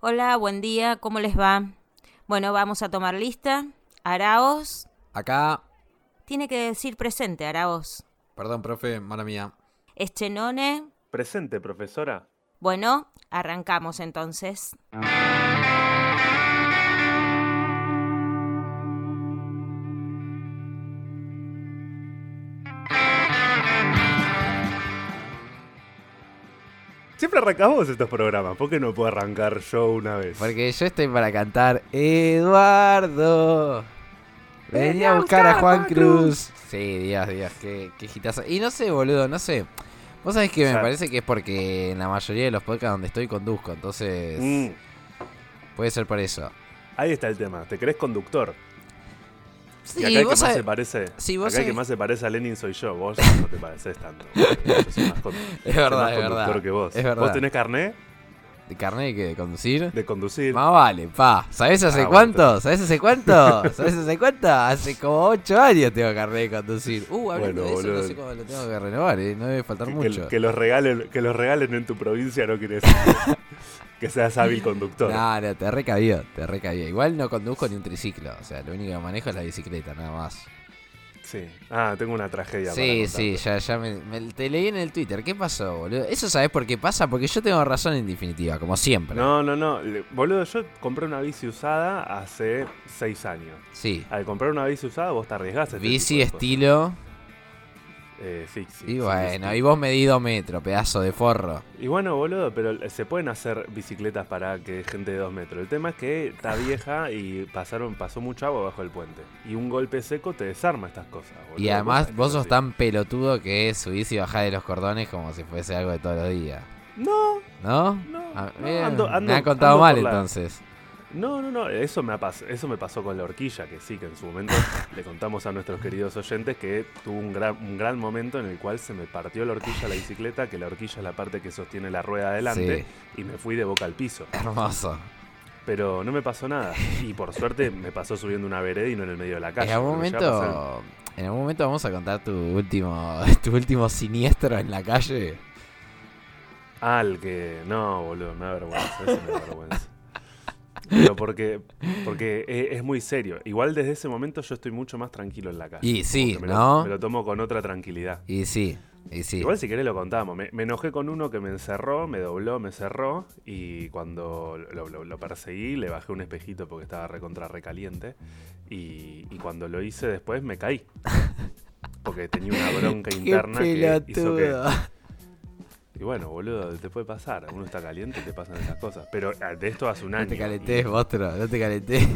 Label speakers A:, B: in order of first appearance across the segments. A: Hola, buen día, ¿cómo les va? Bueno, vamos a tomar lista. Araos.
B: Acá,
A: Tiene que decir presente, Araos.
B: perdón, profe, mala mía.
A: Eschenone.
C: Presente, profesora.
A: Bueno, arrancamos entonces.
C: Siempre arrancamos estos programas. ¿Por qué no puedo arrancar yo una vez?
B: Porque yo estoy para cantar Eduardo. Venía a buscar a Juan Cruz. Sí, Dios, Dios, qué, qué hitazo. Y no sé, boludo, no sé. Vos sabés que
C: O
B: me
C: sea-
B: parece que es porque en la mayoría de los podcasts donde estoy conduzco, entonces
C: Mm,
B: puede ser por eso.
C: ahí está el tema. ¿Te crees conductor?
B: Sí,
C: y acá el que
B: vos
C: más
B: sabés-
C: se parece.
B: sí, vos
C: acá el que
B: sabés-
C: más se parece a Lenin soy yo. Vos no te pareces tanto. Yo soy más, con-
B: Es
C: soy
B: verdad,
C: más
B: es
C: conductor
B: verdad.
C: que vos.
B: Es verdad.
C: Vos tenés carné
B: ¿De carnet que de conducir?
C: de conducir.
B: Más vale, pa. ¿Sabés hace
C: Ah, bueno,
B: cuánto? ¿Sabés hace cuánto? ¿Sabés hace cuánto? Hace como 8 años tengo carnet de conducir. Uh, hablando
C: Bueno,
B: de eso, no
C: boludo.
B: sé cuándo lo tengo que renovar, eh. No debe faltar
C: que,
B: mucho.
C: que- que los regalen, que los regalen en tu provincia no quiere decir que seas hábil conductor.
B: No, no, te recabió, te recabió. Igual no conduzco ni un triciclo, o sea, lo único que manejo es la bicicleta, nada más.
C: Sí. Ah, tengo una tragedia.
B: Sí,
C: para
B: sí, ya,
C: contarte.
B: ya me, me- te leí en el Twitter. ¿Qué pasó, boludo? Eso sabes por qué pasa, porque yo tengo razón en definitiva, como siempre.
C: No, no, no. Le- Boludo, yo compré una bici usada hace seis años.
B: Sí.
C: Al comprar una bici usada vos te arriesgás. a este
B: Bici,
C: tipo de cosas.
B: estilo.
C: Eh, sí, sí,
B: Y
C: sí,
B: bueno,
C: sí.
B: y vos medido metro, pedazo de forro.
C: Y bueno, boludo, pero eh, se pueden hacer bicicletas para que gente de dos metros. El tema es que está vieja y pasaron, pasó mucha agua bajo el puente. Y un golpe seco te desarma estas cosas, boludo.
B: Y además
C: sabés
B: vos
C: que es
B: sos
C: así.
B: tan pelotudo que subís y bajás de los cordones como si fuese algo de todos los días.
C: No,
B: ¿No?
C: No,
B: Ah,
C: no,
B: bien,
C: ando-
B: me
C: ando-
B: ha contado
C: ando
B: mal
C: por la-
B: entonces.
C: no, no, no. Eso me, ha pas- eso me pasó con la horquilla, que sí, que en su momento le contamos a nuestros queridos oyentes que tuvo un gran, un gran momento en el cual se me partió la horquilla a la bicicleta, que la horquilla es la parte que sostiene la rueda adelante, y me fui de boca al piso.
B: Hermoso.
C: Pero no me pasó nada. Y por suerte me pasó subiendo una vereda y no en el medio de la calle.
B: En algún
C: porque ya pasé-
B: momento, en algún momento vamos a contar tu último, tu último siniestro en la calle.
C: Al que. No, boludo, me da vergüenza. Eso me da vergüenza. Pero porque, porque e- es, muy serio. Igual desde ese momento yo estoy mucho más tranquilo en la calle.
B: Y sí,
C: Como que me
B: ¿no?
C: Lo, me lo tomo con otra tranquilidad.
B: Y sí, y sí.
C: Igual si querés lo contamos. Me, me enojé con uno que me encerró, me dobló, me cerró. Y cuando lo, lo- lo perseguí, le bajé un espejito porque estaba recontra recaliente. Y, y cuando lo hice después me caí. Porque tenía una bronca interna que hizo que.
B: pelotudo.
C: Y bueno, boludo, te puede pasar. Uno está caliente y te pasan esas cosas. Pero ah, de esto hace un año.
B: No te calentés,
C: y-
B: monstruo, no te calentés.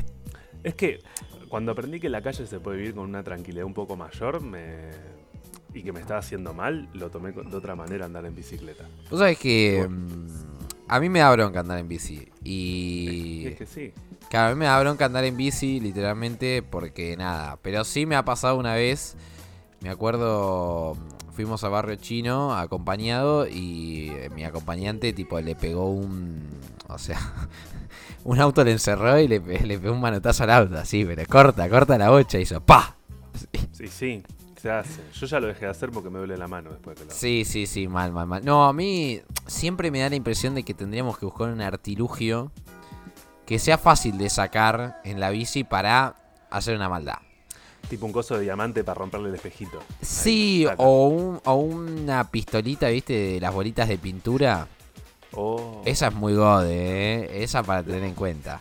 C: Es que cuando aprendí que en la calle se puede vivir con una tranquilidad un poco mayor, me. Y que me estaba haciendo mal, lo tomé con- de otra manera andar en bicicleta.
B: Vos sabés que mm, a mí me da bronca andar en bici. Y...
C: Y es que sí.
B: Claro, a mí me da bronca andar en bici, literalmente, porque nada. Pero sí me ha pasado una vez. Me acuerdo, mm, fuimos a Barrio Chino acompañado y eh, mi acompañante, tipo, le pegó un. O sea, un auto le encerró y le, pe- le pegó un manotazo al auto, así, pero corta, corta la bocha y hizo ¡pa!
C: Sí, sí, se hace. Yo ya lo dejé de hacer porque me duele la mano después que lo hago.
B: Sí, sí, sí, mal, mal, mal. No, a mí siempre me da la impresión de que tendríamos que buscar un artilugio que sea fácil de sacar en la bici para hacer una maldad.
C: Tipo un coso de diamante para romperle el espejito.
B: Sí,
C: Ahí, taca.
B: o, un- o una pistolita, viste, de las bolitas de pintura.
C: Oh.
B: Esa es muy gode, ¿eh? Esa para tener en cuenta.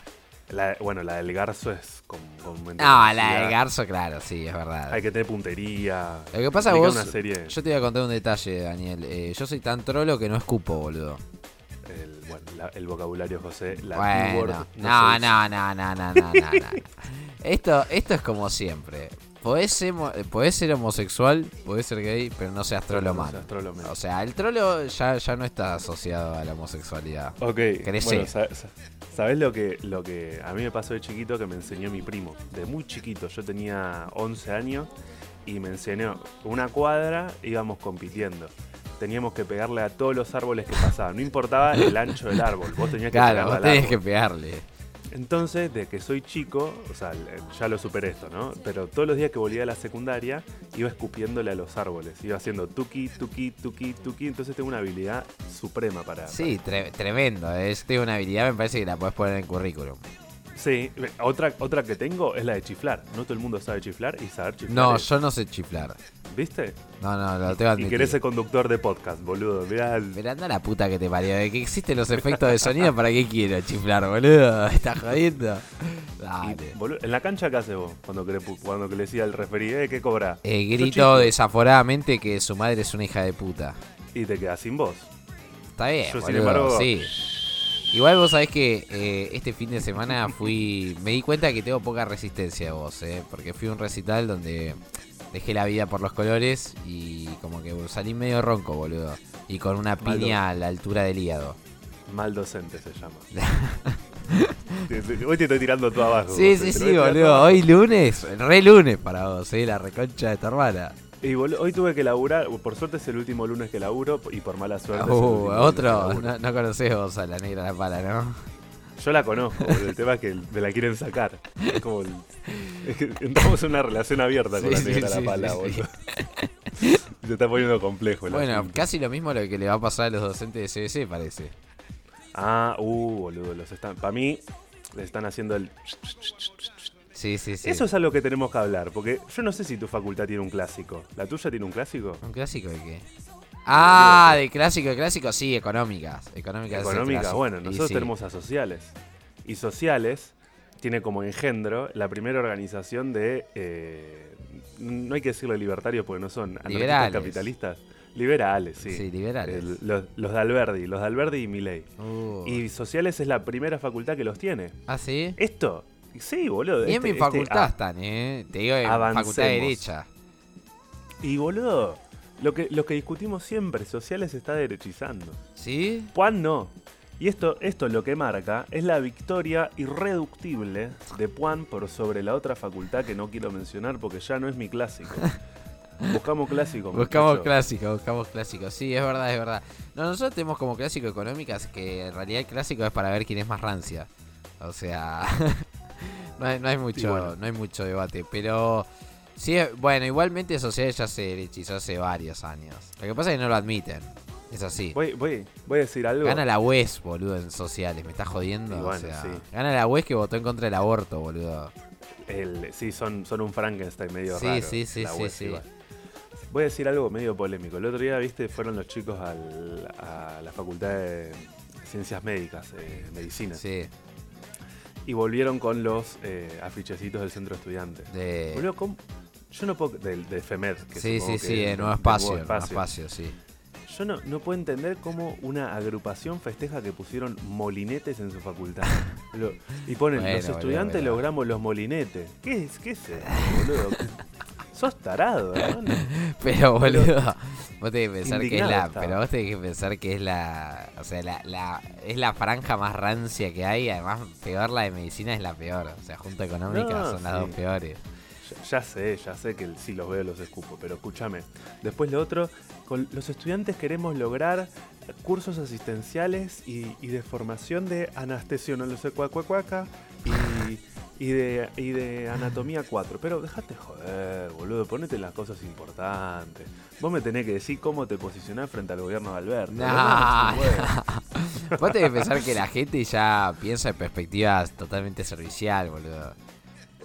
C: La- bueno, la del garzo es con, con
B: No, la del
C: velocidad.
B: garzo, claro, sí, es verdad.
C: Hay que tener puntería.
B: Lo que pasa,
C: Implica
B: vos-
C: una serie.
B: Yo te voy a contar un detalle, Daniel. Eh, yo soy tan trolo que no escupo, boludo.
C: El, bueno, la- el vocabulario José. La
B: bueno,
C: keyword se
B: no,
C: usa.
B: no, no, no, no, no, no, no. Esto, esto es como siempre. Podés ser, mo- podés ser homosexual, podés ser gay, pero no seas trolo
C: No seas
B: malo.
C: trolo man.
B: O sea, el trolo ya, ya no está asociado a la homosexualidad.
C: Ok,
B: Crece.
C: bueno, sa- sa- ¿sabés lo que, lo que a mí me pasó de chiquito que me enseñó mi primo? De muy chiquito, yo tenía 11 años y me enseñó una cuadra, íbamos compitiendo. Teníamos que pegarle a todos los árboles que pasaban, no importaba el ancho del árbol, vos tenías que
B: Claro,
C: pegarle
B: vos
C: al
B: tenés que
C: árbol.
B: pegarle.
C: Entonces, de que soy chico, o sea, l- ya lo superé esto, ¿no? Pero todos los días que volvía a la secundaria, iba escupiéndole a los árboles. Iba haciendo tuki, tuki, tuki, tuki. Entonces tengo una habilidad suprema para...
B: Sí, tre- tremendo. Es tengo una habilidad, me parece que la podés poner en el currículum.
C: Sí, otra, otra que tengo es la de chiflar. No todo el mundo sabe chiflar y saber chiflar.
B: No,
C: es-
B: yo no sé chiflar.
C: ¿Viste?
B: No, no, lo tengo
C: Y querés ser
B: admitido.
C: conductor de podcast, boludo. Mirá, el-
B: Pero anda la puta que te parió, de que existen los efectos de sonido, ¿para qué quiero chiflar, boludo? ¿Estás jodiendo?
C: y,
B: Dale.
C: boludo, en la cancha, ¿qué haces vos? Cuando que le, pu- cuando que le decía al referí, eh, ¿qué cobra?
B: Eh,
C: Yo
B: grito
C: chiflo.
B: desaforadamente que su madre es una hija de puta.
C: Y te quedas sin voz.
B: Está bien,
C: Yo, sin
B: Eh, boludo,
C: embargo-
B: sí. Igual vos sabés que eh, este fin de semana fui. Me di cuenta que tengo poca resistencia de vos, eh, porque fui a un recital donde dejé la vida por los colores y como que salí medio ronco, boludo. Y con una
C: Malo.
B: piña a la altura del hígado.
C: Mal docente se llama. Te- te- Hoy te estoy tirando todo abajo.
B: Sí,
C: vos,
B: sí,
C: te
B: sí,
C: voy a tirar
B: boludo.
C: todo
B: Hoy lunes, re lunes para vos, eh, la reconcha de tu hermana.
C: Y bol- hoy tuve que laburar, por suerte es el último lunes que laburo y por mala suerte. es el
B: Uh,
C: último lunes que
B: otro,
C: laburo.
B: no, no conocés vos a la negra la pala, ¿no?
C: Yo la conozco, boludo, el tema es que me la quieren sacar. Es como el- es que entramos en una relación abierta con
B: Sí,
C: la
B: sí,
C: negra
B: sí,
C: la pala,
B: sí, sí.
C: boludo. Se está poniendo complejo el
B: Bueno,
C: asunto.
B: casi lo mismo lo que le va a pasar a los docentes de CBC, parece.
C: Ah, uh, boludo, los están. Para mí, le están haciendo el.
B: Sí, sí, sí.
C: Eso es algo que tenemos que hablar, porque yo no sé si tu facultad tiene un clásico. ¿La tuya tiene un clásico?
B: ¿Un clásico de qué? Ah, de clásico, de clásico, sí, económicas. Económicas. es el
C: Económicas,
B: clásico.
C: bueno,
B: Y
C: nosotros
B: sí.
C: tenemos a sociales. Y sociales tiene como engendro la primera organización de. eh, no hay que decirlo libertarios porque no son anarquistas
B: Liberales.
C: capitalistas. Liberales, sí.
B: Sí, liberales.
C: El- los, los de Alberdi, los de Alberdi y Milei.
B: Uh.
C: Y sociales es la primera facultad que los tiene.
B: Ah, sí.
C: Esto, sí, boludo.
B: y en
C: este-
B: mi
C: este-
B: facultad
C: ah,
B: están, ¿eh? Te digo, en
C: avancemos.
B: facultad de derecha.
C: y boludo, lo que, lo que discutimos siempre, sociales está derechizando.
B: ¿Sí?
C: Puan no. Y esto, esto lo que marca es la victoria irreductible de Puan por sobre la otra facultad que no quiero mencionar porque ya no es mi clásico. Buscamos clásico.
B: Buscamos
C: muchacho.
B: clásico, buscamos clásico. Sí, es verdad, es verdad. No, nosotros tenemos como clásico económicas que en realidad el clásico es para ver quién es más rancia. O sea, no, hay, no hay mucho,
C: bueno.
B: no hay mucho debate. Pero sí, eh, bueno, igualmente Sociedad ya se derechizó hace varios años. Lo que pasa es que no lo admiten. Es así.
C: Voy, voy, voy a decir algo.
B: Gana la UES, boludo, en sociales. Me estás jodiendo.
C: Y
B: o
C: bueno,
B: sea,
C: sí.
B: Gana la UES que votó en contra del aborto, boludo.
C: El- sí, son, son un Frankenstein medio
B: Sí,
C: raro.
B: sí, sí,
C: la
B: sí,
C: UES
B: sí.
C: igual. Voy a decir algo medio polémico. El otro día, viste, fueron los chicos al- a la facultad de ciencias médicas, eh, medicina,
B: Sí.
C: y volvieron con los eh, afichecitos del centro estudiante.
B: De...
C: Boludo, ¿cómo? Yo no puedo. Del, del FEMED. E que
B: Sí,
C: supongo
B: sí,
C: que
B: sí,
C: es
B: de
C: el-
B: nuevo
C: del
B: espacio,
C: nuevo
B: nuevo
C: espacio.
B: espacio, sí.
C: Yo no, no puedo entender cómo una agrupación festeja que pusieron molinetes en su facultad. Lo- y ponen,
B: Bueno,
C: los
B: boludo,
C: estudiantes
B: pero-
C: logramos los molinetes. ¿Qué es? ¿Qué es eso, boludo? Sos tarado, hermano.
B: Pero
C: Pero-
B: boludo, vos tenés que pensar que es
C: Indignado
B: la,
C: estaba.
B: pero vos tenés que pensar que es la, o sea, la, la- es la franja más rancia que hay, además peor la de medicina es la peor, o sea, junto a económica
C: No,
B: son las
C: sí.
B: dos peores.
C: Ya, ya sé, ya sé que si los veo los escupo, pero escúchame. Después lo otro, con los estudiantes queremos lograr cursos asistenciales y, y de formación de anestesia, no lo sé, cuacuacuaca, y, y, de, y de anatomía 4. Pero déjate joder, boludo, ponete las cosas importantes. Vos me tenés que decir cómo te posicionás frente al gobierno de Alberto.
B: No,
C: ¿verdad? Es un huevo.
B: Vos tenés que pensar que la gente ya piensa en perspectivas totalmente servicial, boludo.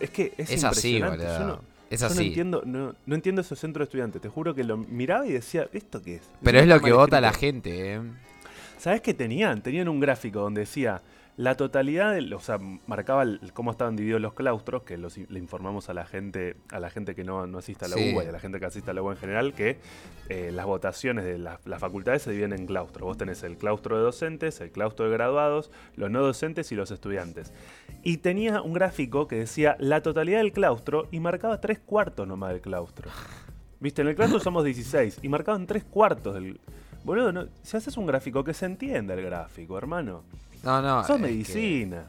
C: Es que es,
B: Es así,
C: impresionante, yo
B: boludo.
C: no-
B: Es
C: yo no
B: así.
C: entiendo, no, no entiendo esos centros de estudiantes. Te juro que lo miraba y decía, ¿esto qué es?
B: Pero es lo
C: Está
B: que
C: mal
B: vota la
C: escrito.
B: gente, eh.
C: ¿Sabés qué tenían? Tenían un gráfico donde decía la totalidad, del- o sea, marcaba el- cómo estaban divididos los claustros, que los, le informamos a la gente, a la gente que no, no asista a la
B: Sí.
C: UBA y a la gente que asista a la UBA en general, que eh, las votaciones de las, las facultades se dividen en claustros. Vos tenés el claustro de docentes, el claustro de graduados, los no docentes y los estudiantes. Y tenía un gráfico que decía la totalidad del claustro y marcaba tres cuartos nomás del claustro. Viste, en el claustro somos 16 y marcaban tres cuartos del. Boludo, no- si haces un gráfico, que se entienda el gráfico, hermano.
B: No, no. Ah, es
C: Sos
B: que-
C: medicina.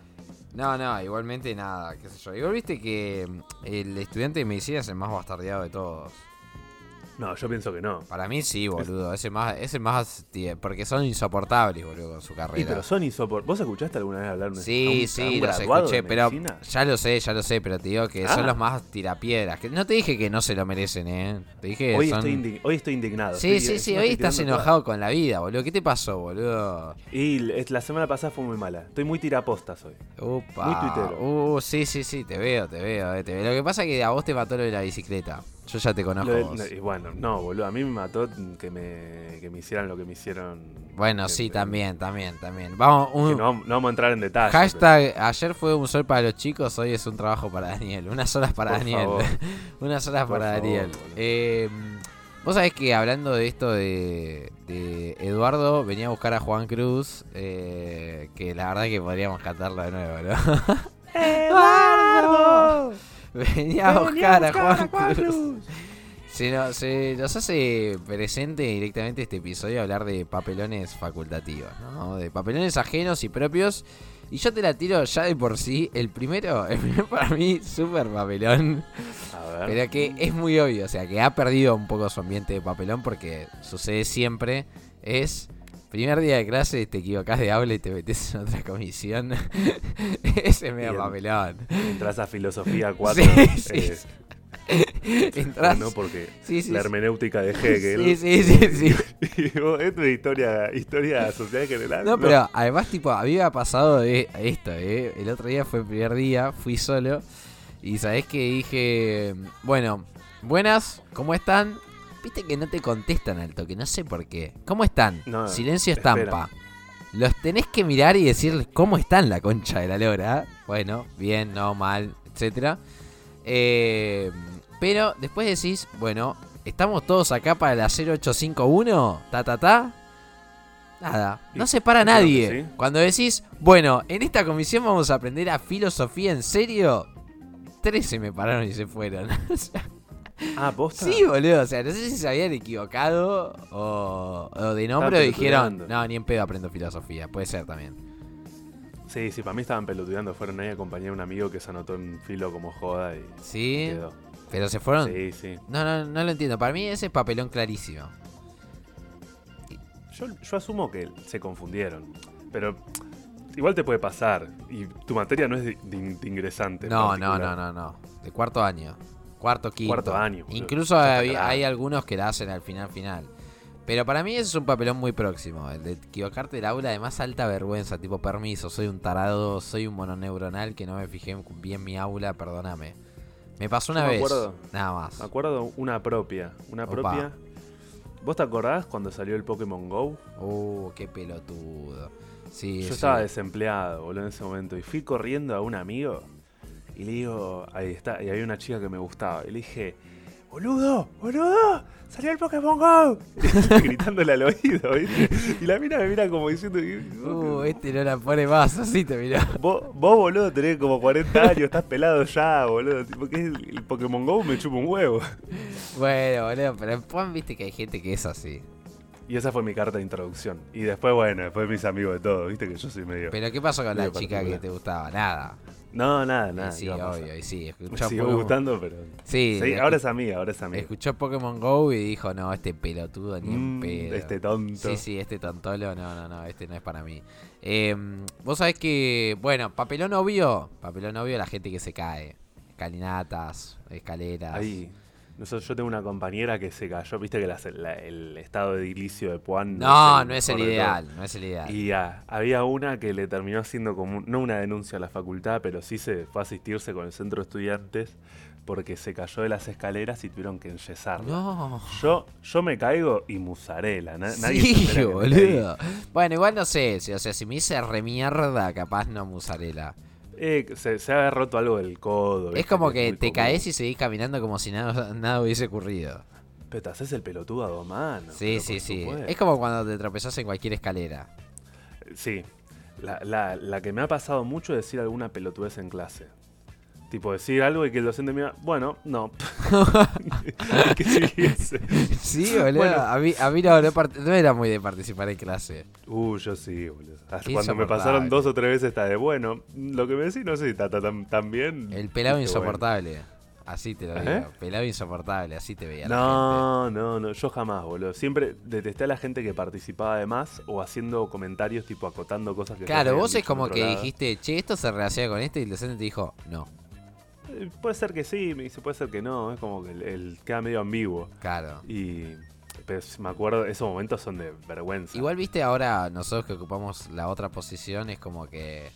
B: No, no, igualmente nada, qué sé yo. Igual viste que mm, el estudiante de medicina es el más bastardeado de todos.
C: No, yo pienso que no.
B: Para mí sí, boludo. Ese más, ese más tie- porque son insoportables, boludo, con su
C: Y pero
B: carrera.
C: son isopor. ¿Vos escuchaste alguna vez hablar de un- a un-
B: Sí,
C: a un
B: sí, los
C: graduado de
B: escuché, pero
C: medicina?
B: ya lo sé, ya lo sé, pero te digo que
C: Ah.
B: son los más tirapiedras. Que no te dije que no se lo merecen, eh. Te dije que
C: Hoy,
B: son...
C: estoy indi- hoy estoy indignado.
B: Sí,
C: estoy-
B: sí, sí,
C: encima
B: hoy
C: estoy
B: estás
C: tirando
B: enojado con la vida, boludo. ¿Qué te pasó, boludo?
C: todas. Y l- la semana pasada fue muy mala. Estoy muy tirapostas hoy.
B: Upa.
C: Muy tuitero.
B: Uh, sí, sí, sí, te veo, te veo, eh, te veo. Lo que pasa es que a vos te mató lo de la bicicleta. Yo ya te conozco.
C: Lo de-
B: vos.
C: y bueno, no, boludo. A mí me mató que me, que me hicieran lo que me hicieron.
B: Bueno,
C: Que-
B: sí,
C: que-
B: también, también, también. Vamos,
C: que
B: un
C: no, no vamos a entrar en detalle.
B: hashtag. Ayer fue un sol para los chicos, hoy es un trabajo para Daniel. Unas horas para
C: Por
B: Daniel.
C: favor.
B: Unas horas
C: Por
B: para
C: favor,
B: Daniel.
C: boludo.
B: Eh, Vos sabés que hablando de esto de, de Eduardo, venía a buscar a Juan Cruz, eh, que la verdad que podríamos cantarlo de nuevo, ¿no? ¡Eduardo! Venía a buscar a Juan, Cruz. Se nos, se nos hace presente directamente este episodio hablar de papelones facultativos, ¿no? De papelones ajenos y propios. Y yo te la tiro ya de por sí. El primero, el primero para mí, súper papelón.
C: Cruz. A ver.
B: Pero que eh, es muy obvio, o sea, que ha perdido un poco su ambiente de papelón porque sucede siempre. Es primer día de clase, te equivocás de habla y te metes en otra comisión. Ese es medio
C: Bien.
B: papelón.
C: Entras a filosofía 4.
B: Sí, sí, sí. Entrás-
C: No, porque
B: Sí, sí,
C: la
B: sí.
C: hermenéutica de Hegel.
B: Sí, sí, sí, sí.
C: Y vos, esto es historia, historia social general.
B: No, pero además, tipo, a mí me ha pasado eh, esto, ¿eh? El otro día fue el primer día, fui solo. Y sabés que dije, bueno, buenas, ¿cómo están? Viste que no te contestan al toque, no sé por qué. ¿Cómo están?
C: No,
B: Silencio
C: esperan.
B: estampa. Los tenés que mirar y decirles cómo están la concha de la lora. Bueno, bien, no, mal, etcétera. Eh, pero después decís, bueno, estamos todos acá para la 0851, ta ta ta. Nada, no
C: Y
B: se para
C: yo creo que
B: nadie.
C: sí.
B: Cuando decís, bueno, en esta comisión vamos a aprender a filosofía en serio, tres se me pararon y se fueron. O sea,
C: Ah, posta.
B: sí, boludo, o sea, no sé si se habían equivocado o, o de nombre o dijeron,
C: pelotudeando.
B: no, ni en pedo aprendo filosofía, puede ser también.
C: Sí, sí, para mí estaban pelotudeando. Fueron ahí a acompañar a un amigo que se anotó en filo como joda y
B: Sí,
C: quedó.
B: pero se fueron.
C: Sí, sí.
B: No, no, no lo entiendo. Para mí ese es papelón clarísimo.
C: Yo, yo asumo que se confundieron. Pero igual te puede pasar. Y tu materia no es de, de- de ingresante. en
B: No, no,
C: este, particular.
B: no, no, no. De cuarto año. Cuarto, quinto.
C: Cuarto año, boludo.
B: Incluso
C: Ya está
B: hay,
C: cagado.
B: hay algunos que la hacen al final, final. Pero para mí ese es un papelón muy próximo. El de equivocarte del aula de más alta vergüenza. Tipo, permiso, soy un tarado, soy un mononeuronal que no me fijé bien mi aula, perdóname. Me pasó una
C: Yo me
B: vez.
C: acuerdo.
B: Nada más.
C: Me acuerdo una propia. Una
B: Opa.
C: propia. ¿Vos te acordás cuando salió el Pokémon Go?
B: Uh, qué pelotudo. Sí,
C: Yo
B: sí.
C: estaba desempleado, boludo, en ese momento. Y fui corriendo a un amigo y le digo, ahí está, y había una chica que me gustaba. Y le dije, boludo, boludo, salió el Pokémon Go. Gritándole al oído, ¿viste? Y la mina me mira como diciendo, "Y-
B: Uh, este no la pone más, así te miró.
C: vos, vos, boludo, tenés como 40 años, estás pelado ya, boludo. Tipo, ¿qué es el Pokémon Go me chupa un huevo.
B: Bueno, boludo, pero en Juan viste que hay gente que es así.
C: Y esa fue mi carta de introducción. Y después, bueno, después mis amigos de todo, viste que yo soy medio.
B: Pero ¿qué pasó con la
C: Medio
B: chica que
C: particular.
B: te gustaba? Nada.
C: No, nada,
B: Y
C: nada.
B: sí,
C: ¿qué va a pasar?
B: obvio, y sí,
C: Me
B: escuchó,
C: sigo
B: Pokémon,
C: gustando, pero.
B: Sí,
C: Sí,
B: escu-
C: ahora es amiga, ahora es amiga.
B: escuchó Pokémon Go y dijo, no, este pelotudo ni en
C: Mm,
B: pedo.
C: Este tonto.
B: Sí, sí, este tontolo, no, no, no, este no es para mí. Eh, Vos sabés que, bueno, papelón obvio, papelón obvio la gente que se cae. Escalinatas, escaleras.
C: Ahí. Nosotros, yo tengo una compañera que se cayó, viste que las- la- el estado de edilicio de Puan.
B: No, no es el
C: mejor de
B: ideal, no es el
C: todo.
B: ideal.
C: Y ah, había una que le terminó haciendo como, un- no una denuncia a la facultad, pero sí se fue a asistirse con el centro de estudiantes porque se cayó de las escaleras y tuvieron que enyesarla.
B: No.
C: Yo, yo me caigo y musarela. na- nadie
B: sí,
C: se entera que me caí.
B: boludo. Bueno, igual no sé, si- o sea, si me hice remierda, capaz no musarela.
C: Eh, se, se había roto algo del codo.
B: Es
C: viste,
B: como
C: es
B: que
C: muy
B: te
C: común.
B: caes y seguís caminando como si nada, nada hubiese ocurrido.
C: Pero te haces el pelotudo a dos manos.
B: sí,
C: pero
B: sí,
C: por
B: sí.
C: supuesto.
B: Es como cuando te tropezás en cualquier escalera.
C: Sí. La, la- la que me ha pasado mucho es decir alguna pelotudez en clase. Tipo, decir algo y que el docente me diga, bueno, no. Y que siguiese.
B: sí, boludo.
C: Bueno.
B: A mí, a mí no, no part- no era muy de participar en clase.
C: Uh, yo sí, boludo. Hasta
B: Qué
C: Cuando me
B: insoportable.
C: pasaron dos o tres veces está de, bueno, lo que me decís no sé si está ta- tan, tan bien.
B: El pelado
C: Dije, bueno,
B: insoportable. Así te lo digo.
C: ¿Eh?
B: Pelado insoportable, así te veía la
C: No, no, no, yo jamás, boludo. Siempre detesté a la gente que participaba de más o haciendo comentarios tipo acotando cosas que...
B: gente.
C: ya se
B: Claro,
C: habían
B: vos es
C: dicho en
B: como
C: otro
B: que
C: lado.
B: dijiste, che, esto se relaciona con este y el docente te dijo, no.
C: Eh, Puede ser que sí, me dice, puede ser que no, es como que el, el- queda medio ambiguo.
B: Claro.
C: Y pero sí me acuerdo, esos momentos son de vergüenza.
B: Igual viste ahora nosotros que ocupamos la otra posición es como que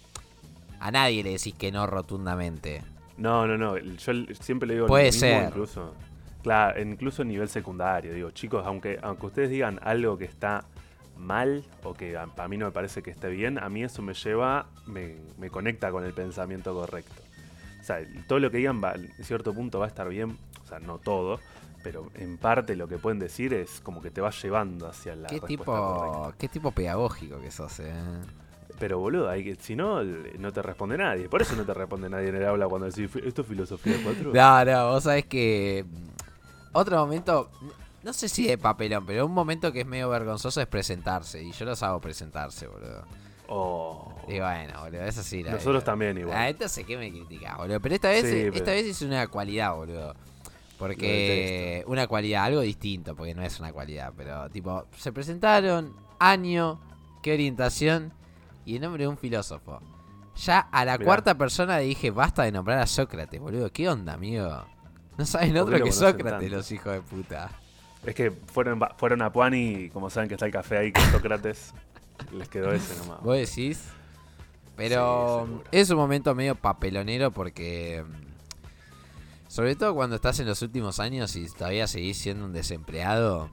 B: a nadie le decís que no rotundamente.
C: No, no, no, el- yo el- siempre le digo lo
B: Puede
C: mismo,
B: ser.
C: incluso. Claro, incluso a nivel secundario, digo, chicos, aunque aunque ustedes digan algo que está mal o que a, a mí no me parece que esté bien, a mí eso me lleva, me, me conecta con el pensamiento correcto. O sea, el- todo lo que digan va, en cierto punto va a estar bien, o sea, no todo, pero en parte lo que pueden decir es como que te va llevando hacia la
B: Qué
C: respuesta correcta.
B: tipo, qué tipo pedagógico que sos, eh.
C: Pero boludo, hay que, si no, el- no te responde nadie. Por eso no te responde nadie en el aula cuando decís, "Fi- esto es filosofía 4.
B: No, no, vos sabés que mm, otro momento, no sé si de papelón, pero un momento que es medio vergonzoso es presentarse. Y yo los hago presentarse, boludo.
C: Oh.
B: Y bueno, boludo, es así la
C: Nosotros
B: vida.
C: también
B: Ah,
C: igual.
B: entonces qué me criticás, boludo. Pero esta vez,
C: Sí,
B: esta
C: pero-
B: vez es una cualidad, boludo. Porque una cualidad, algo distinto, porque no es una cualidad, pero tipo, se presentaron, año, qué orientación y el nombre de un filósofo. Ya a la
C: Mirá.
B: cuarta persona dije, basta de nombrar a Sócrates, boludo. ¿Qué onda, amigo? No saben
C: ¿Por
B: otro
C: qué lo
B: que
C: conocen
B: Sócrates,
C: tanto?
B: los hijos de puta.
C: Es que fueron, va- fueron a Puan y como saben que está el café ahí con Sócrates, les quedó ese nomás.
B: Vos decís. Pero um,
C: Sí, seguro.
B: es un momento medio papelonero porque. mm, Sobre todo cuando estás en los últimos años y todavía seguís siendo un desempleado.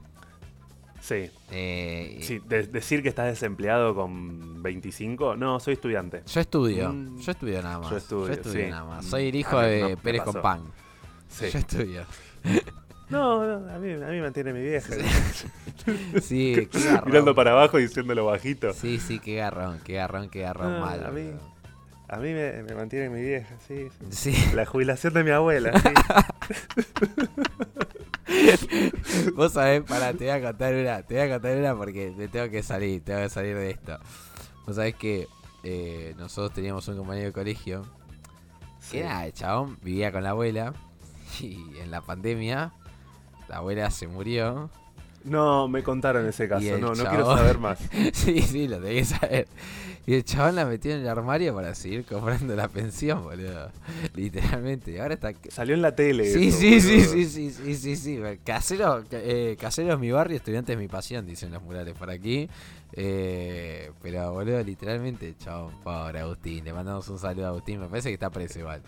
C: Sí,
B: eh,
C: sí de- decir que estás desempleado con 25, no, soy estudiante.
B: Yo estudio,
C: Mm.
B: yo estudio nada más.
C: Yo estudio, sí.
B: nada más.
C: Mm.
B: Soy el hijo
C: A mí no
B: de
C: me
B: Pérez con
C: pasó.
B: Pan.
C: Sí.
B: Yo estudio.
C: No, no, a mí, a mí me mantiene mi vieja.
B: Sí, qué garrón.
C: Mirando para abajo y diciéndolo bajito.
B: Sí, sí, qué garrón, qué garrón, qué garrón
C: Ah,
B: mal.
C: a mí.
B: boludo.
C: A mí me, me mantiene mi vieja, sí. sí.
B: Sí.
C: La jubilación de mi abuela, sí.
B: Vos sabés, pará, te voy a contar una, te voy a contar una porque me tengo que salir, tengo que salir de esto. Vos sabés que eh, nosotros teníamos un compañero de colegio
C: Sí.
B: que nada, el chabón vivía con la abuela y en la pandemia la abuela se murió.
C: No, me contaron ese
B: Y
C: caso,
B: el
C: no, no quiero
B: chabón-
C: saber más.
B: sí, sí, lo tenés que saber. Y el chabón la metió en el armario para seguir cobrando la pensión, boludo. Literalmente, y ahora está...
C: Salió en la tele.
B: Sí,
C: eso,
B: sí, sí,
C: boludo.
B: sí, sí, sí, sí, sí. Casero, eh, casero es mi barrio, estudiante es mi pasión, dicen los murales por aquí. Eh, pero, boludo, literalmente, chabón, pobre Agustín. Le mandamos un saludo a Agustín, me parece que está preso igual.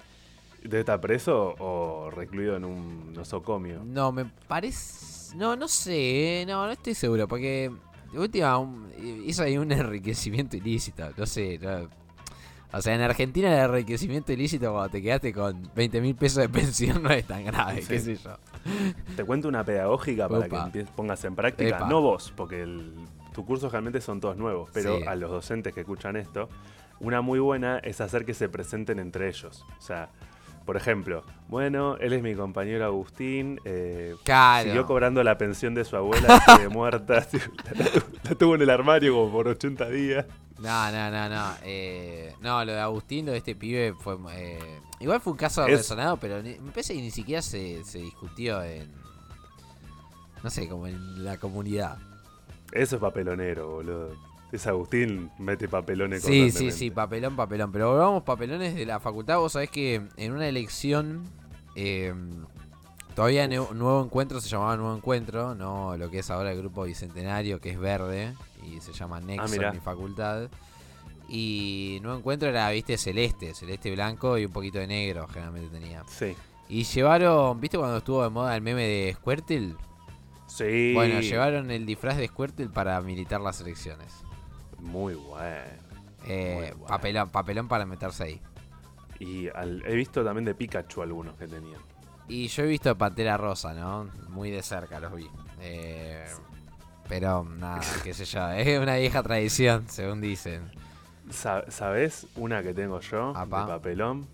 C: ¿Debe estar preso o recluido en un nosocomio?
B: No, me parece... No, no sé, eh, no, no estoy seguro, porque de última un- hizo ahí un enriquecimiento ilícito, no sé, no- O sea, en Argentina el enriquecimiento ilícito cuando te quedaste con 20 mil pesos de pensión no es tan grave,
C: Sí.
B: qué sé yo.
C: Te cuento una pedagógica para que
B: Upa.
C: empie- pongas en práctica.
B: Epa.
C: No vos, porque el- tu curso realmente son todos nuevos, pero
B: Sí.
C: a los docentes que escuchan esto, una muy buena es hacer que se presenten entre ellos. O sea, por ejemplo, bueno, él es mi compañero Agustín, eh,
B: Claro.
C: siguió cobrando la pensión de su abuela que de muerta, la, tu- la tuvo en el armario como por 80 días.
B: No, no, no, no. eh, no, lo de Agustín, lo de este pibe fue... eh, igual fue un caso
C: Es-
B: resonado, pero ni- me parece que ni siquiera se, se discutió en... No sé, como en la comunidad.
C: Eso es papelonero, boludo. Es Agustín, mete papelones
B: Sí, sí, sí,
C: constantemente.
B: papelón, papelón. Pero volvamos papelones de la facultad. Vos sabés que en una elección, eh, todavía Neu- Nuevo Encuentro se llamaba Nuevo Encuentro, no lo que es ahora el grupo bicentenario, que es verde, y se llama Nexo
C: Ah, mirá.
B: en mi facultad. Y Nuevo Encuentro era, viste, celeste, celeste blanco y un poquito de negro, generalmente tenía.
C: Sí.
B: Y llevaron, viste cuando estuvo de moda el meme de Squirtle?
C: Sí.
B: Bueno, llevaron el disfraz de Squirtle para militar las elecciones.
C: Muy bueno.
B: Eh,
C: Muy bueno.
B: papelón, papelón para meterse ahí.
C: Y al- he visto también de Pikachu algunos que tenían.
B: Y yo he visto Pantera Rosa, ¿no? Muy de cerca los vi. Eh, pero nada, qué sé yo. Es una vieja tradición, según dicen.
C: Sa- ¿Sabes una que tengo yo?
B: Apa.
C: De papelón.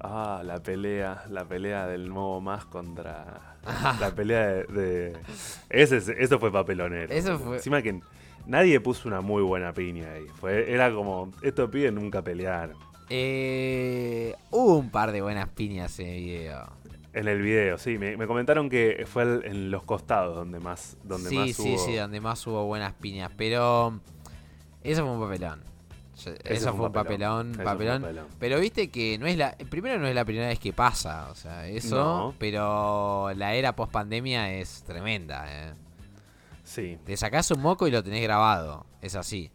C: Ah, la pelea, la pelea del nuevo más contra la pelea de, de- ese es- eso fue papelonero.
B: Eso
C: boludo.
B: fue-
C: Encima que nadie puso una muy buena piña ahí. Fue era como estos pibes nunca pelearon.
B: Eh, hubo un par de buenas piñas en el video.
C: En el video, sí. Me, me comentaron que fue el- en los costados donde más, donde
B: sí,
C: más
B: sí,
C: hubo-
B: sí, donde más hubo buenas piñas. Pero eso fue un papelón. Yo- Eso fue un papelón,
C: Eso fue un
B: papelón.
C: papelón.
B: Pero viste que no es la. Primero, no es la primera vez que pasa. O sea, eso.
C: No.
B: Pero la era post pandemia es tremenda. eh.
C: Sí.
B: Te sacás un moco y lo tenés grabado. Es así.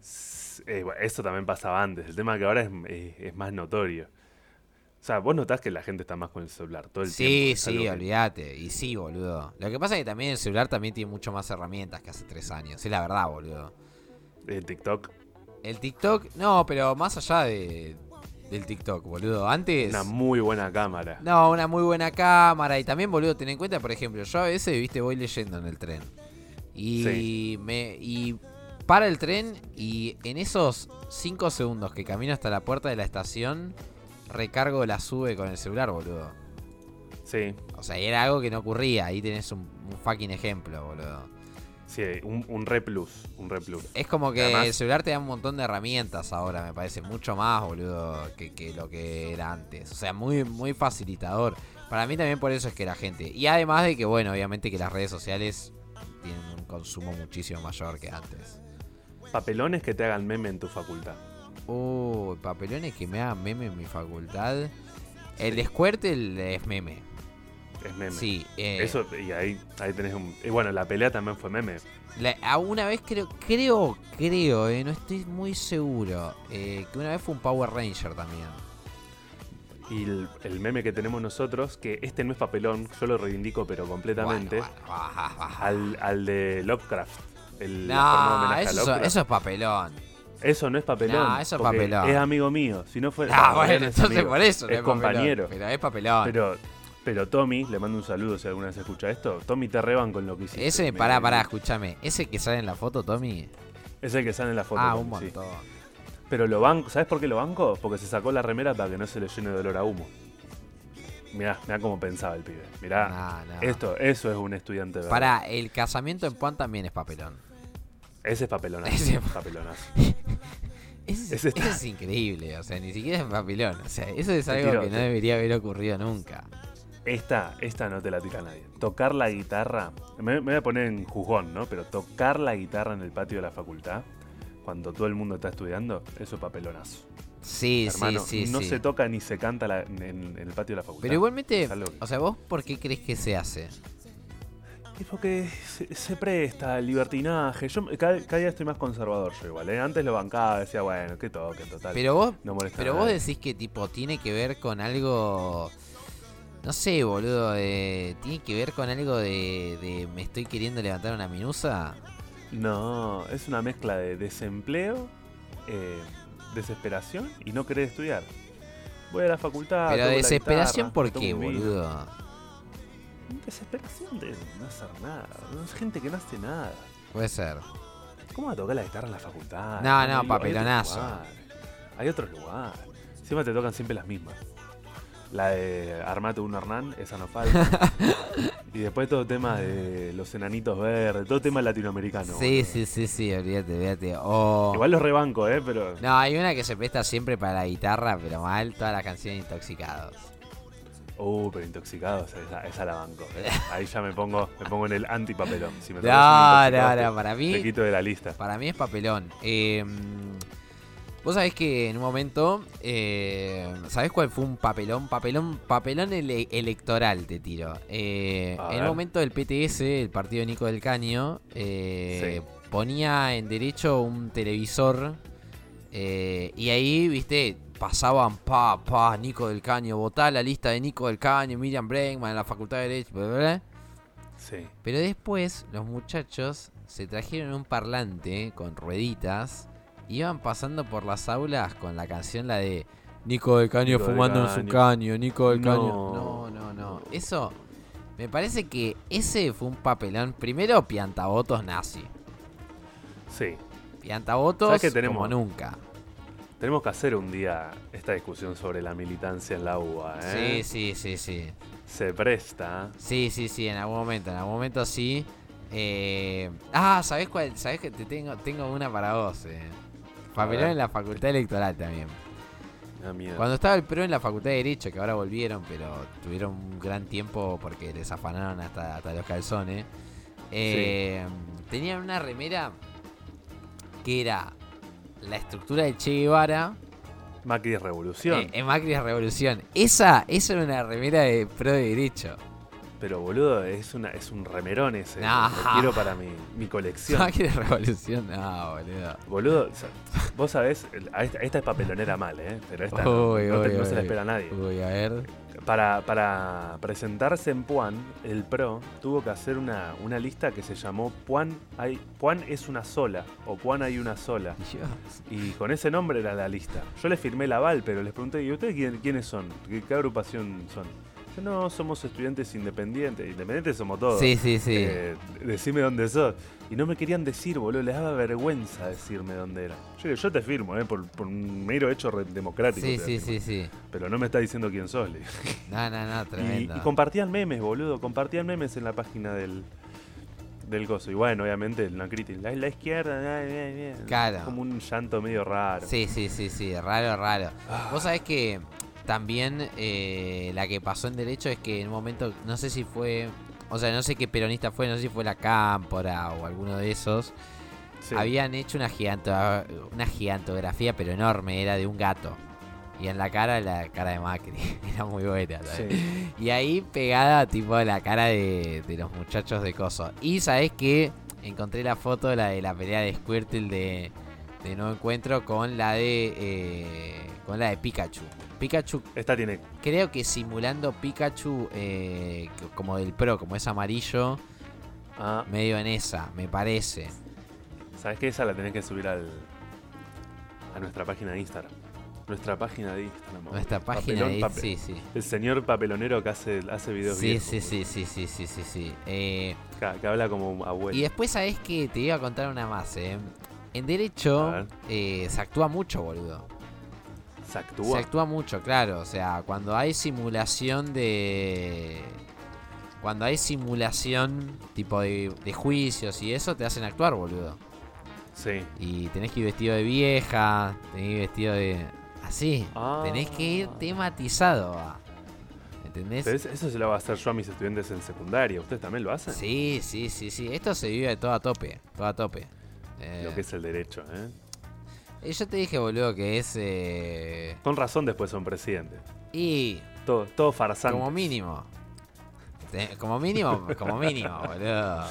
C: S- eh, bueno, eso también pasaba antes. El tema que ahora es, es- es más notorio. O sea, vos notás que la gente está más con el celular todo el
B: Sí,
C: tiempo. es algo
B: sí,
C: que-
B: olvídate. Y sí, boludo. Lo que pasa es que también el celular también tiene mucho más herramientas que hace tres años. Es la verdad, boludo.
C: El TikTok,
B: El TikTok, no, pero más allá de, del TikTok, boludo. Antes.
C: una muy buena cámara.
B: No, una muy buena cámara. Y también, boludo, ten en cuenta, por ejemplo, yo a veces, viste, voy leyendo en el tren. Y
C: Sí.
B: me. Y para el tren. Y en esos 5 segundos que camino hasta la puerta de la estación. Recargo la sube con el celular, boludo.
C: Sí,
B: O sea, era algo que no ocurría. Ahí tenés un, un fucking ejemplo, boludo.
C: sí, un, un re plus, un re plus.
B: Es como que
C: Además-
B: el celular te da un montón de herramientas ahora, me parece. Mucho más, boludo, que, que lo que era antes. O sea, muy, muy facilitador. Para mí también por eso es que la gente... Y además de que, bueno, obviamente que las redes sociales tienen un consumo muchísimo mayor que antes.
C: Papelones que te hagan meme en tu facultad.
B: Uy, papelones que me hagan meme en mi facultad. El descuertel es meme.
C: Es meme.
B: Sí. eh,
C: Eso, y ahí, ahí tenés un. Y bueno, la pelea también fue meme.
B: La- a una vez creo, creo, creo, eh, no estoy muy seguro, eh, que una vez fue un Power Ranger también.
C: Y el, el meme que tenemos nosotros, que este no es papelón, yo lo reivindico, pero completamente,
B: Bueno, bueno, baja, baja.
C: Al, al de Lovecraft. El, la forma de
B: No,
C: homenaje a
B: eso,
C: Lovecraft.
B: eso es papelón.
C: Eso no es papelón.
B: No, eso es
C: porque
B: papelón.
C: Es amigo mío. Si no fuera.
B: Ah,
C: no,
B: bueno,
C: no es
B: entonces
C: amigo,
B: por eso no
C: Es compañero.
B: Papelón, pero es papelón.
C: Pero, pero Tommy, le mando un saludo si alguna vez escucha esto. Tommy te reban con lo que hiciste.
B: ese,
C: Me-
B: pará, pará, escúchame. Ese que sale en la foto, Tommy.
C: Es el que sale en la foto.
B: ah,
C: Tommy,
B: un
C: sí.
B: montón.
C: Pero lo banco. ¿Sabes por qué lo banco? Porque se sacó la remera para que no se le llene de olor a humo. Mirá, mirá cómo pensaba el pibe. Mirá.
B: Ah, No, no.
C: Ah, Esto, eso es un estudiante verdad.
B: Pará, el casamiento en Juan también es papelón.
C: Ese es papelonazo.
B: Ese es-
C: papelonazo.
B: Ese,
C: Ese está-
B: ese es increíble, o sea, ni siquiera es papelón. O sea, eso es
C: Te
B: algo
C: tiro-
B: que no
C: te-
B: debería haber ocurrido nunca.
C: Esta, esta no te la tira nadie. Tocar la guitarra. Me, me voy a poner en juzgón, ¿no? Pero tocar la guitarra en el patio de la facultad, cuando todo el mundo está estudiando, eso es papelonazo.
B: Sí,
C: Hermano,
B: sí, sí.
C: no
B: sí.
C: se toca ni se canta la- en, en el patio de la facultad.
B: Pero igualmente,
C: Es algo
B: o sea, ¿vos por qué crees que se hace?
C: Es porque se, se presta al libertinaje. Yo me- cada, cada día estoy más conservador yo igual, ¿eh? Antes lo bancaba, decía, bueno, que toque, total.
B: Pero vos,
C: no molesta a
B: pero vos
C: nadie.
B: decís que tipo tiene que ver con algo. No sé, boludo, de- tiene que ver con algo de, de me estoy queriendo levantar una minusa.
C: Ah, No, es una mezcla de desempleo, eh, desesperación y no querer estudiar. Voy a la facultad.
B: pero
C: toco la
B: desesperación,
C: guitarra,
B: ¿por
C: tomo
B: qué,
C: un vino.
B: boludo?
C: Desesperación de no hacer nada. boludo. Es gente que no hace nada.
B: Puede ser.
C: ¿Cómo va a tocar la guitarra en la facultad?
B: No, no,
C: hay lu- hay otro
B: papelonazo.
C: lugar. Hay otro lugar. Encima te tocan siempre las mismas. La de Armate un Hernán, esa no falta. y después todo tema de los enanitos verdes, todo tema latinoamericano.
B: sí,
C: Ah, boludo.
B: sí, sí, sí, olvídate, olvídate. O-
C: Igual los rebanco, ¿eh? Pero.
B: No, hay una que se presta siempre para la guitarra, pero mal, todas las canciones intoxicados.
C: Uh, pero intoxicados, esa, esa la banco. ¿eh? Ahí ya me pongo, me pongo en el antipapelón. Si me
B: No,
C: tocas un
B: no,
C: intoxicado,
B: no, para
C: te- Te
B: mí
C: quito de la lista.
B: Para mí es papelón. Eh, Vos sabés que en un momento, eh, ¿sabés cuál fue un papelón? Papelón, papelón ele- electoral te tiro. Eh, en
C: A ver.
B: un momento el PTS, el partido de Nico del Caño, eh, ponía en derecho un televisor eh, y ahí, viste, pasaban, pa, pa, Nico del Caño, votá la lista de Nico del Caño, Miriam Bregman, la Facultad de Derecho, bla, bla, bla.
C: Sí.
B: Pero después los muchachos se trajeron un parlante con rueditas. Iban pasando por las aulas con la canción la de Nico del Caño
C: Nico del
B: fumando en su
C: Caño.
B: caño, Nico del
C: No.
B: Caño. No, no, no. Eso me parece que ese fue un papelón. Primero piantavotos nazi.
C: Sí.
B: Piantavotos
C: ¿Sabes qué tenemos?
B: como nunca.
C: Tenemos que hacer un día esta discusión sobre la militancia en la UBA, ¿eh?
B: Sí, sí, sí, sí.
C: Se presta. ¿eh?
B: Sí, sí, sí, en algún momento, en algún momento sí. Eh, Ah, ¿sabés cuál? ¿Sabés que te tengo, tengo una para vos? Eh. Papelón
C: ver.
B: en la facultad electoral también.
C: A da miedo.
B: Cuando estaba el PRO en la Facultad de Derecho, que ahora volvieron, pero tuvieron un gran tiempo porque les afanaron hasta, hasta los calzones, eh, tenían una remera que era la estructura de Che Guevara
C: Macri es revolución.
B: eh, en Macri es Revolución. Esa, esa era una remera de PRO de Derecho. eh.
C: Pero boludo, es, una, es un remerón ese.
B: Nah.
C: Lo quiero para mi, mi colección.
B: Macri es Revolución, no, boludo.
C: Boludo, sa- vos sabés, el- a esta, esta es papelonera mal, ¿eh? Pero esta no-
B: Uy,
C: no, te-
B: uy,
C: no se la
B: uy.
C: espera a nadie.
B: Uy, a ver.
C: Para, para presentarse en Puan, el PRO tuvo que hacer una, una lista que se llamó Puan, hay, Puan es una sola o Puan hay una sola.
B: Dios.
C: Y con ese nombre era la lista. Yo les firmé el aval, pero les pregunté, ¿y ustedes quién- quiénes son? ¿Qué, qué agrupación son? Yo no, somos estudiantes independientes. Independientes somos todos.
B: Sí, sí, sí.
C: Eh, decime dónde sos. Y no me querían decir, boludo, les daba vergüenza decirme dónde era. Yo, digo, yo te firmo, ¿eh? Por, por un mero hecho re- democrático.
B: sí,
C: te
B: sí,
C: firmo.
B: sí, sí.
C: Pero no me está diciendo quién sos. le digo.
B: No, no, no,
C: Y, y
B: tremendo.
C: compartían memes, boludo. Compartían memes en la página del, del coso. Y bueno, obviamente, la crítica. La, la izquierda, na, na, na.
B: Claro.
C: como un llanto medio raro.
B: Sí, sí, sí, sí, raro, raro.
C: Ah.
B: Vos sabés que también eh, la que pasó en derecho es que en un momento, no sé si fue, o sea, no sé qué peronista fue, no sé si fue la Cámpora o alguno de esos,
C: Sí.
B: habían hecho una, giganto- una gigantografía, pero enorme, era de un gato. Y en la cara, la cara de Macri. Era muy buena. ¿sabes?
C: Sí.
B: Y ahí pegada, tipo, a la cara de, de los muchachos de Coso. Y sabes que encontré la foto la de la pelea de Squirtle de, de No Encuentro con la de. eh, con la de Pikachu. Pikachu,
C: Esta tiene.
B: creo que simulando Pikachu eh, c- como del pro, como es amarillo,
C: Ah,
B: medio en esa, me parece.
C: ¿Sabes qué? Esa la tenés que subir al, a nuestra página de Instagram. Nuestra página de Instagram. boludo.
B: Nuestra página
C: Papelón,
B: de.
C: pape-
B: Sí, sí.
C: El señor papelonero que hace, hace videos
B: Sí,
C: viejos,
B: sí,
C: boludo.
B: sí, sí, sí, sí, sí, sí. Eh,
C: Que, que habla como abuelo.
B: Y después sabes que te iba a contar una más, ¿eh? En
C: A
B: derecho
C: ver.
B: eh, se actúa mucho, boludo.
C: Se actúa.
B: Se actúa mucho, claro. O sea, cuando hay simulación de... Cuando hay simulación tipo de, de juicios y eso, te hacen actuar, boludo.
C: Sí.
B: Y tenés que ir vestido de vieja, tenés que ir vestido de... Así.
C: Ah.
B: Tenés que ir tematizado. va. ¿Entendés?
C: Pero eso- eso se lo va a hacer yo a mis estudiantes en secundaria. ¿Ustedes también lo hacen?
B: Sí, sí, sí, sí. Esto se vive todo a tope. Todo a tope. Eh,
C: Lo que es el derecho, ¿eh?
B: Eh, Yo te dije, boludo, que es. eh,
C: Con razón después son presidentes.
B: y.
C: Todo, todo farsante.
B: Como mínimo. Te- Como mínimo, como mínimo, boludo.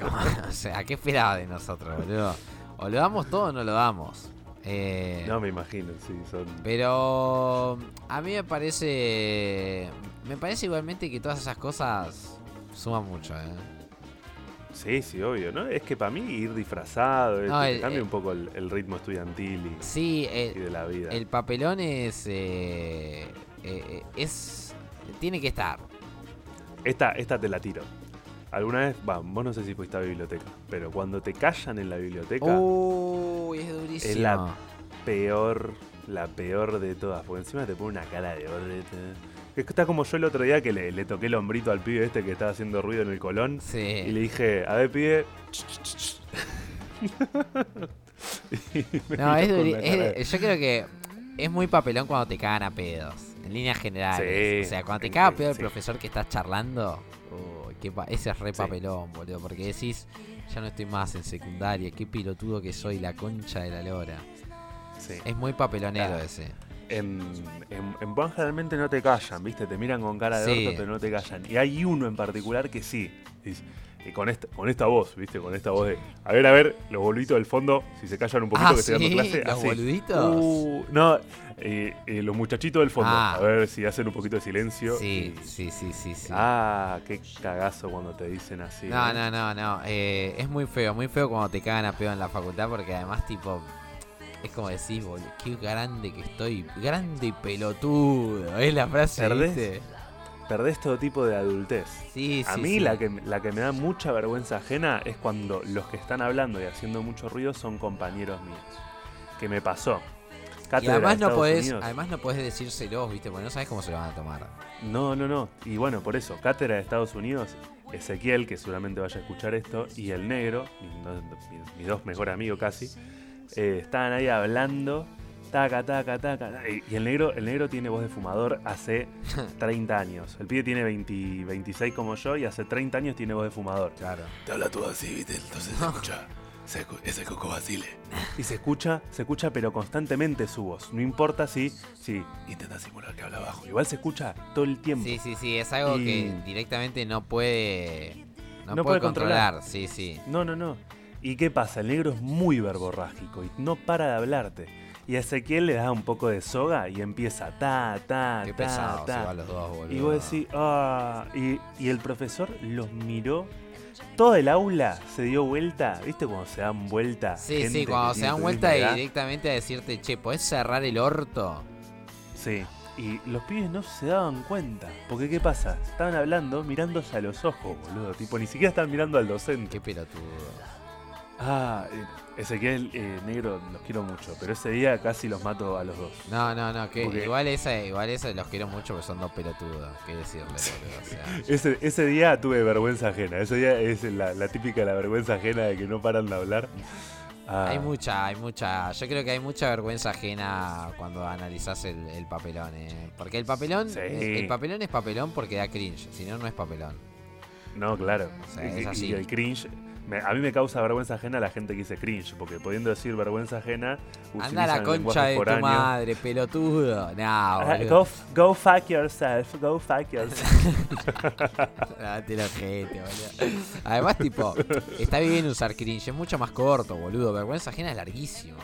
B: Como- o sea, ¿qué esperaba de nosotros, boludo? O lo damos todo o no lo damos. Eh,
C: No me imagino, sí, son...
B: Pero. A mí me parece. Me parece igualmente que todas esas cosas suman mucho, ¿eh?
C: Sí, sí, obvio, ¿no? Es que para mí ir disfrazado, es
B: No,
C: que te
B: el-
C: cambia
B: el-
C: un poco el, el ritmo estudiantil y,
B: Sí, eh,
C: y de la vida.
B: El papelón es. eh, eh, eh, es. Tiene que estar.
C: Esta, esta te la tiro. Alguna vez, va, vos no sé si fuiste a la biblioteca, pero cuando te callan en la biblioteca,
B: Uh. Uy, es durísimo.
C: peor, la peor de todas, porque encima te pone una cara de orete. Es que está como yo el otro día que le, le toqué el hombrito al pibe este que estaba haciendo ruido en el colón y
B: Sí.
C: le dije, a ver pibe,
B: No, es
C: con
B: duri- es-
C: la cara de-
B: yo creo que es muy papelón cuando te cagan a pedos. En líneas generales.
C: Sí,
B: o sea, cuando te
C: en-
B: caga a pedo el
C: sí.
B: profesor que estás charlando. uy, qué pa- ese es re
C: Sí.
B: papelón, boludo. Porque decís, ya no estoy más en secundaria. Qué pilotudo que soy, la concha de la lora.
C: Sí.
B: Es muy papelonero
C: Claro.
B: ese.
C: En, en, en Puan generalmente no te callan, ¿viste? Te miran con cara de
B: Sí.
C: orto, pero no te callan. Y hay uno en particular que sí. Dice- Y con esta, con esta voz, ¿viste? Con esta voz de. A ver, a ver, los boluditos del fondo, si se callan un poquito
B: Ah,
C: que estoy
B: ¿sí?
C: dando clase.
B: ¿Los
C: así.
B: boluditos?
C: Uh, no, eh, eh, los muchachitos del fondo.
B: Ah.
C: A ver si hacen un poquito de silencio.
B: Sí,
C: y-
B: sí, sí, sí, sí.
C: Ah, qué cagazo cuando te dicen así.
B: No,
C: ¿eh?
B: no, no, no. eh, es muy feo, muy feo cuando te cagan a pedo en la facultad porque además, tipo, es como decís, boludo, qué grande que estoy. Grande y pelotudo. Es la frase,
C: ¿Perdés?
B: ¿viste?
C: Perdés todo tipo de adultez.
B: Sí,
C: A
B: sí,
C: mí
B: sí.
C: La, que, la que me da mucha vergüenza ajena es cuando los que están hablando y haciendo mucho ruido son compañeros míos. Que me pasó.
B: Y
C: Cátedra de
B: además no,
C: Estados
B: podés,
C: Unidos.
B: además no podés decírselos, ¿viste? Porque no sabes cómo se lo van a tomar.
C: No, no, no. Y bueno, por eso, cátedra de Estados Unidos, Ezequiel, que seguramente vaya a escuchar esto, y el negro, mis, dos- mis- mis dos mejores amigos casi, eh, estaban ahí hablando taca, taca, taca. Y, y el negro, el negro tiene voz de fumador hace 30 años. El pibe tiene 20 26 como yo y hace 30 años tiene voz de fumador.
B: Claro.
D: Te habla todo así, ¿viste? Entonces se escucha. Se escu- ese coco vacile.
C: Y se escucha, se escucha pero constantemente su voz. No importa si, si
D: Intenta simular que habla bajo.
C: igual se escucha todo el tiempo.
B: Sí, sí, sí, es algo
C: Y-
B: que directamente no puede. No, puede,
C: No puede
B: controlar. sí, sí.
C: No, no, no. ¿Y qué pasa? El negro es muy verborrágico y no para de hablarte. Y a Ezequiel le da un poco de soga y empieza ta, Ah, ta,
B: Qué
C: ta,
B: pesado
C: ta.
B: se van los dos, boludo.
C: Y vos decís, ah, y, y el profesor los miró. Todo el aula se dio vuelta, ¿viste? Cuando se dan vuelta.
B: Sí,
C: gente
B: sí,
C: que
B: cuando se
C: tiene
B: dan
C: tu
B: vuelta
C: misma
B: y
C: edad.
B: directamente a decirte, che, ¿podés cerrar el orto?
C: Sí. Y los pibes no se daban cuenta. Porque, ¿qué pasa? Estaban hablando mirándose a los ojos, boludo. Tipo, ni siquiera estaban mirando al docente.
B: Qué pelotudo.
C: Ah, eh, Ezequiel, eh, negro, los quiero mucho. Pero ese día casi los mato a los dos.
B: No, no, no, que
C: Porque-
B: igual esa, igual esa los quiero mucho porque son dos pelotudos, qué decirle, boludo. O sea,
C: Ese, ese día tuve vergüenza ajena. Ese día es la, la típica la vergüenza ajena de que no paran de hablar. Ah,
B: hay mucha, hay mucha, yo creo que hay mucha vergüenza ajena cuando analizás el, el papelón, eh. Porque el papelón,
C: Sí.
B: el papelón es papelón porque da cringe, si no no es papelón.
C: No, claro.
B: O sea,
C: Y-
B: es
C: y,
B: así.
C: el cringe. me- a mí me causa vergüenza ajena la gente que dice cringe. Porque pudiendo decir vergüenza ajena.
B: Anda a
C: utilizan
B: la
C: el
B: concha
C: lenguaje
B: de tu
C: foráneo.
B: madre, pelotudo. No,
C: Ah,
B: boludo.
C: Go, f- go fuck yourself, go fuck yourself.
B: Date la gente, boludo. Además, tipo, está bien usar cringe, es mucho más corto, boludo. Vergüenza ajena es larguísimo.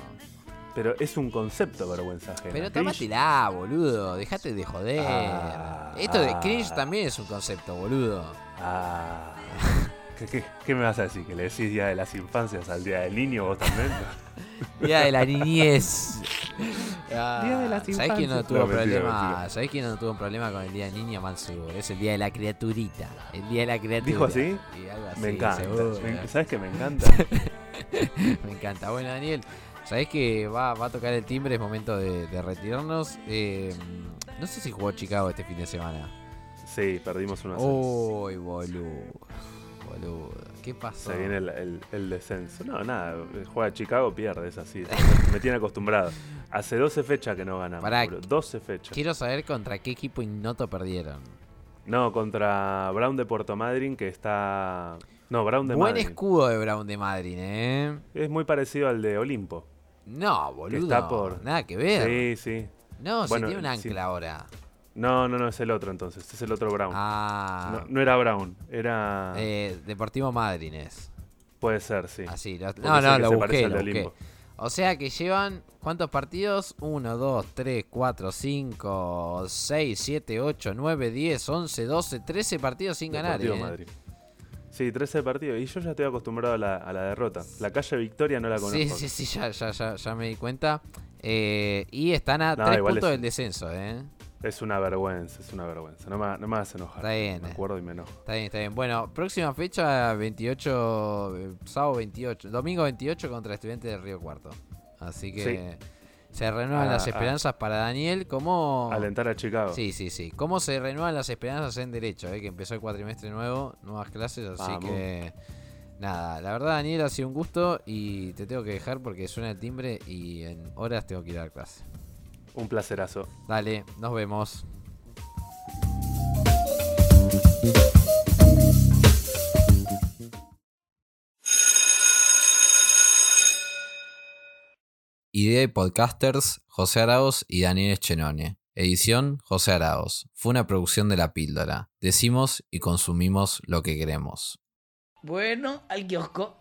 C: Pero es un concepto vergüenza ajena.
B: Pero
C: Cringe-
B: tómatela, boludo. Dejate de joder.
C: Ah.
B: Esto de cringe también es un concepto, boludo.
C: Ah. ¿Qué, qué, qué me vas a decir? ¿Que le decís día de las infancias al día del niño vos también? Ah,
B: Día de la niñez. Ah,
C: Día de las
B: ¿Sabés quién no
C: infancias.
B: tuvo
C: No, mentira,
B: problema?
C: mentira.
B: ¿Sabés quién no tuvo un problema con el día de niño más seguro? Es el día de la criaturita. El día de la criatura.
C: ¿Dijo así?
B: Y algo así,
C: me encanta.
B: seguro. eh.
C: Me- ¿Sabes que me encanta?
B: Me encanta. Bueno, Daniel, sabés que va, va a tocar el timbre, es momento de, de retirarnos. Eh, no sé si jugó Chicago este fin de semana.
C: sí, perdimos una
B: Uy, boludo. Boludo. ¿Qué pasó?
C: Se viene el, el- el descenso. No, nada, eh, juega Chicago, pierde, es así. Me tiene acostumbrado. Hace 12 fechas que no ganamos.
B: Pará,
C: boludo, 12 fechas.
B: Quiero saber contra qué equipo ignoto perdieron.
C: No, contra Brown de Puerto Madryn, que está. No, Brown de
B: Buen
C: Madryn.
B: escudo de Brown de Madrid, ¿eh?
C: Es muy parecido al de Olimpo.
B: No, boludo.
C: está por-
B: Nada que ver.
C: Sí, sí.
B: No, se
C: Bueno,
B: tiene un ancla
C: sí.
B: ahora.
C: No, no, no, es el otro entonces. Es el otro Brown.
B: Ah.
C: No, no era Brown, era.
B: eh, Deportivo Madrid es.
C: Puede ser, sí.
B: Así, lo-
C: Porque
B: no,
C: sé
B: no,
C: que
B: lo
C: se
B: busqué,
C: parece al
B: lo
C: de
B: busqué.
C: Olimpo.
B: O sea que llevan, ¿cuántos partidos? 1, 2, 3, 4, 5, 6, 7, 8, 9, 10, 11, 12, 13 partidos sin ganar.
C: Deportivo
B: ¿eh?
C: Madryn. Sí, 13 partidos. Y yo ya estoy acostumbrado a la, a la derrota. La calle Victoria no la conozco.
B: Sí, sí, sí, ya, ya, ya, ya me di cuenta. Eh, y están a
C: No,
B: 3
C: igual
B: puntos
C: es-
B: del descenso, ¿eh?
C: Es una vergüenza, es una vergüenza. No me, no me hagas enojar.
B: Está bien. eh.
C: Me acuerdo y me enojo.
B: Está bien, está bien. Bueno, próxima fecha, 28, eh, sábado 28, domingo 28 contra Estudiantes del Río Cuarto. Así que se renuevan
C: Ah,
B: las
C: ah.
B: esperanzas para Daniel. ¿Cómo?
C: Alentar a Chicago.
B: Sí, sí, sí. ¿Cómo se renuevan las esperanzas en Derecho? eh? Que empezó el cuatrimestre nuevo, nuevas clases, así
C: Vamos.
B: que... Nada, la verdad Daniel ha sido un gusto y te tengo que dejar porque suena el timbre y en horas tengo que ir a dar clase.
C: Un placerazo.
B: Dale, nos vemos. Idea y podcasters José Araos y Daniel Eschenone. Edición José Araos. Fue una producción de La Píldora. Decimos y consumimos lo que queremos.
E: Bueno, al kiosco.